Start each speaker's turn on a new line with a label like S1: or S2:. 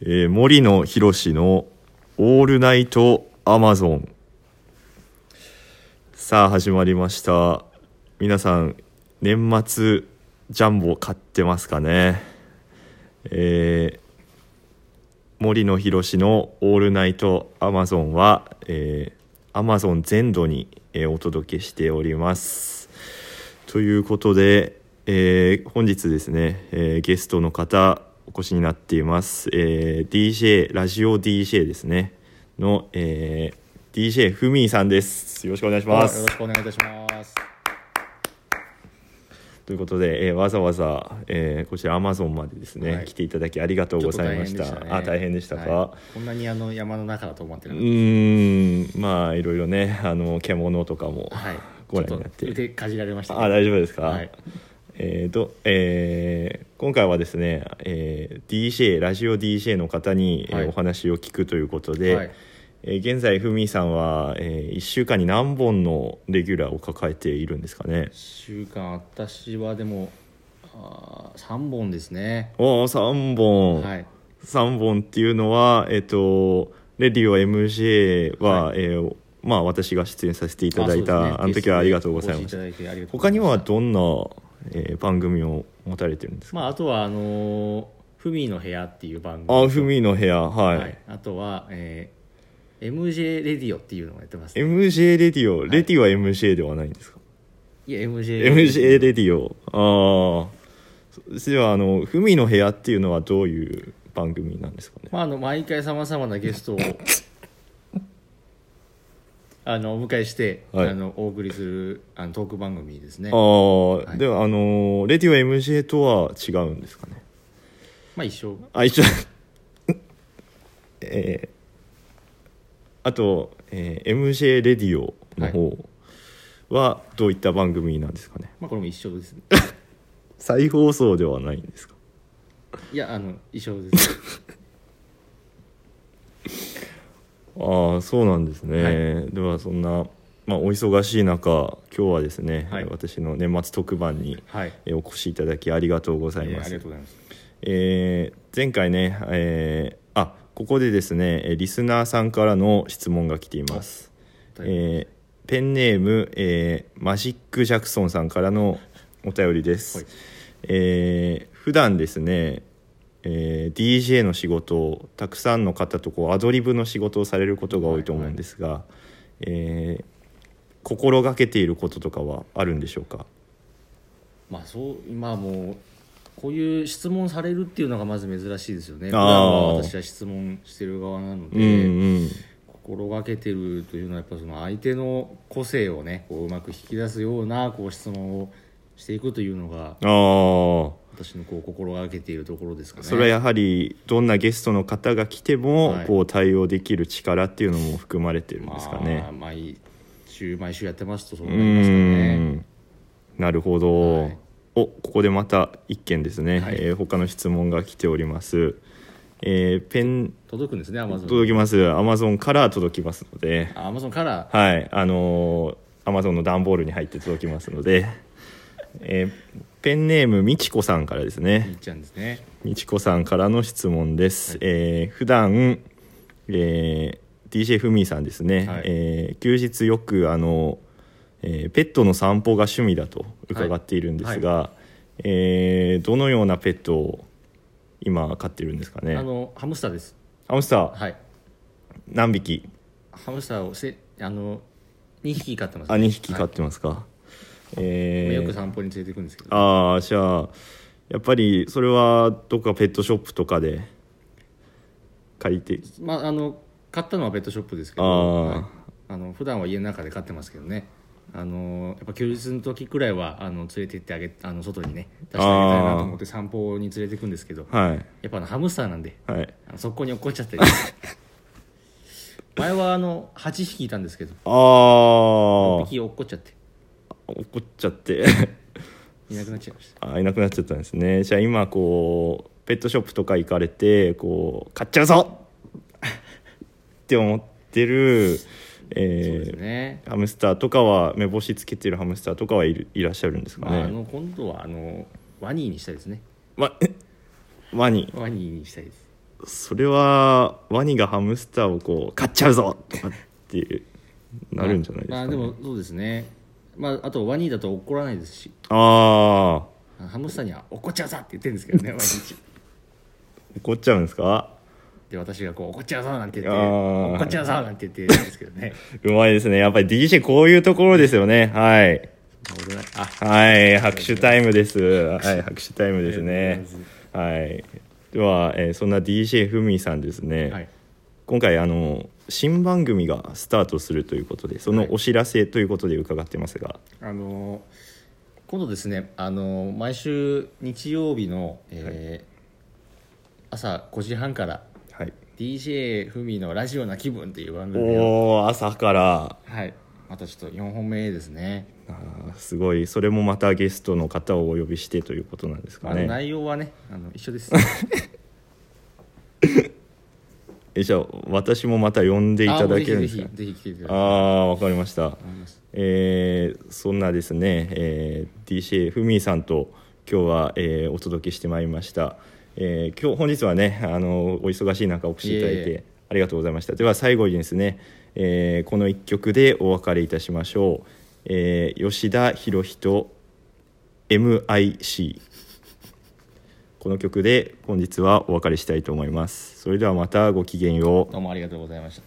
S1: えー森野博の「オールナイトアマゾン」さあ始まりました皆さん年末ジャンボ買ってますかねえー森野博の「オールナイトアマゾンは」えー、Amazon 全土に、えーお届けしておりますということで、えー本日ですね、えーゲストの方お越しになっています、えー DJ ラジオ DJ ですねの、えー DJ ふみーさんですよろしくお願いしま
S2: はい
S1: す
S2: よろしくお願いいたします。
S1: ということで、えーわざわざ、えーこちら Amazon までですね、
S2: はい
S1: 来ていただきありがとうございました
S2: ちょっと
S1: あ大変でしたか、
S2: はいこんなにあの山の中だと思って
S1: う
S2: る。
S1: ーんまあいろいろねあの獣とかも、
S2: はい。
S1: ご
S2: ちょっ
S1: 覧になって
S2: と腕かじられました、
S1: あ大丈夫ですか、
S2: はい
S1: えーとえー今回はですね、えー DJ ラジオ DJ の方に、えー
S2: はい
S1: お話を聞くということで、
S2: はい
S1: えー現在ふみさんは、え1週間に何本のレギュラーを抱えているんですかね
S2: 週間私はでもあー三本ですね。
S1: おお3本、
S2: はい。
S1: 3本っていうのは、えっと、レディオ MJ は、えーまあ、私が出演させていただいたあ,、
S2: あそう
S1: の
S2: ですね
S1: 時はありがとうござい
S2: ゲ
S1: ま
S2: スト
S1: した
S2: でお越しいただいてありがとうござ
S1: 他
S2: い
S1: に
S2: まし
S1: は
S2: た
S1: どんな、えー番組を持たれてるんですか、
S2: まああとはあのーふみの部屋っていう番組。
S1: あふみの部屋はい、
S2: はい。あとは、えー MJ レディオっていうのをやってます。
S1: MJ レディオ、レディオは MJ ではないんですか
S2: いや MJ。
S1: MJ レディオああではあのふみの部屋っていうのはどういう番組なんですかね
S2: まあ、あの毎回さまざまなゲス トをあのお迎えして、
S1: はい
S2: あのお送りするあのトーク番組ですね
S1: ああ、
S2: い
S1: ではあのレディオ MJ とは違うんですかね
S2: まあ一緒
S1: あ一緒 えーあと、えー MJ レディオの方はどういった番組なんですかね、
S2: まあこれも一緒ですね
S1: 再放送ではないんですか
S2: いやあの一緒です
S1: ああそうなんですね、ではそんな、まあ、お忙しい中今日はですね、
S2: はい
S1: 私の年末特番に
S2: はい、
S1: えーお越しいただきありがとうござい
S2: えー
S1: ま
S2: あり
S1: す
S2: がとうございます
S1: えー前回ね、えーあここでですねえーリスナーさんからの質問が来ています、
S2: はい
S1: えーペンネーム、えーマジック・ジャクソンさんからのお便りです、
S2: はい
S1: えー普段ですね、えー DJ の仕事をたくさんの方とこうアドリブの仕事をされることが多いと思うんですが、えー心がけていることとかはあるんでしょうか
S2: まあそう今はもうこういう質問されるっていうのがまず珍しいですよ
S1: あー
S2: ね普段は私は質問してる側なので、
S1: うん
S2: 心がけてるというのはやっぱその相手の個性をねこううまく引き出すようなこう質問をしていくというのが
S1: うんああ
S2: 私のこう心がけているところですかね
S1: それはやはりどんなゲストの方が来ても、
S2: はい
S1: こう対応できる力っていうのも含まれてるんですかね
S2: まあ、。毎週毎週やってますとそう
S1: う
S2: なりますよ
S1: ー
S2: ね
S1: んなるほど、
S2: はい
S1: おここでまた一件ですね、
S2: はい
S1: えー他の質問が来ております、えーペン
S2: 届くんですねアマゾン
S1: 届きますアマゾンから届きますので
S2: アマゾンから
S1: はいあのアマゾンの段ボールに入って届きますので、えーペンネームみちこさんからですね
S2: いっちゃうんですね
S1: みちこさんからの質問です、えー普段、えー DJ ふみーさんですね、
S2: はい
S1: えー休日よくあの、えーペットの散歩が趣味だと伺っているんですが、えーどのようなペットを今飼ってるんですかね
S2: あのハムスターです
S1: ハムスター
S2: はい
S1: 何匹
S2: ハムスターをせあの2匹飼ってます
S1: あ2匹飼
S2: は
S1: ってますか、
S2: い
S1: えー
S2: よく散歩に連れていくんですけど
S1: ああじゃあやっぱりそれはどっかペットショップとかで借りて
S2: まああの買ったのはペットショップですけど
S1: あー
S2: はいあの普段は家の中で飼ってますけどねあのやっぱ休日の時くらいはあの連れて行ってあげあの外にね出してあげたいなと思って散歩に連れていくんですけど
S1: はい
S2: やっぱあのハムスターなんで
S1: はい
S2: あの速攻に落っこっちゃって 前はあの8匹いたんですけど
S1: ああ
S2: 6匹落っこっちゃって
S1: 怒っちゃって
S2: いなくなっちゃいました
S1: あいなくなっちゃったんですねじゃあ今こうペットショップとか行かれてこう買っちゃうぞ って思ってる、
S2: そう
S1: え
S2: です
S1: ー
S2: ね、
S1: ハムスターとかは目星つけてるハムスターとかはいるいらっしゃるんですか
S2: まあ、あ
S1: ね、
S2: の今度はあのワニにしたいですね
S1: ま ワニ
S2: ワニにしたいです
S1: それはワニがハムスターをこう「買っちゃうぞ!」とかっていうなるんじゃないです
S2: まあ
S1: か、
S2: ま
S1: ね
S2: あでもそうですねまああとワニだと怒らないですし
S1: ああ
S2: ハムスターには怒っちゃうぞって言ってるんですけど ね毎日
S1: 怒っちゃうんですか
S2: で私がこう怒っちゃうぞなんて言っ
S1: あ
S2: て
S1: ー
S2: 怒っちゃうぞなんて言ってるんですけど ね
S1: うまいですねやっぱり DJ こういうところですよねはい
S2: 俺はあ
S1: はい拍手タイムですはい拍手タイムですねはいでは、えーそんな DJ ふみさんですね、
S2: はい
S1: 今回あの新番組がスタートするということでそのお知らせということで伺ってますが、
S2: あのー今度ですね、あのー毎週日曜日の、えー朝5時半から
S1: はい
S2: DJ ふみのラジオな気分という番組を、
S1: おお朝から
S2: はい、またちょっと4本目ですね
S1: あーすごいそれもまたゲストの方をお呼びしてということなんです
S2: まあ
S1: かね
S2: 内容はねあの一緒です
S1: えじゃあ私もまた呼んでいただけるん
S2: あもう
S1: です
S2: ぜひぜ
S1: か
S2: ひぜひ来ていただき
S1: あ
S2: たい
S1: あわかりました
S2: と思います
S1: えーそんなですね、えー DJ ふみさんと今日は、えーお届けしてまいりました、えー今日本日はねあのお忙しい中お越しいただい
S2: いえい
S1: て
S2: え
S1: ありがとうございましたでは最後にですね、えーこの一曲でお別れいたしましょう、えー吉田博人 MIC この曲で本日はお別れしたいと思いますそれではまたごきげんよう
S2: どうもありがとうございました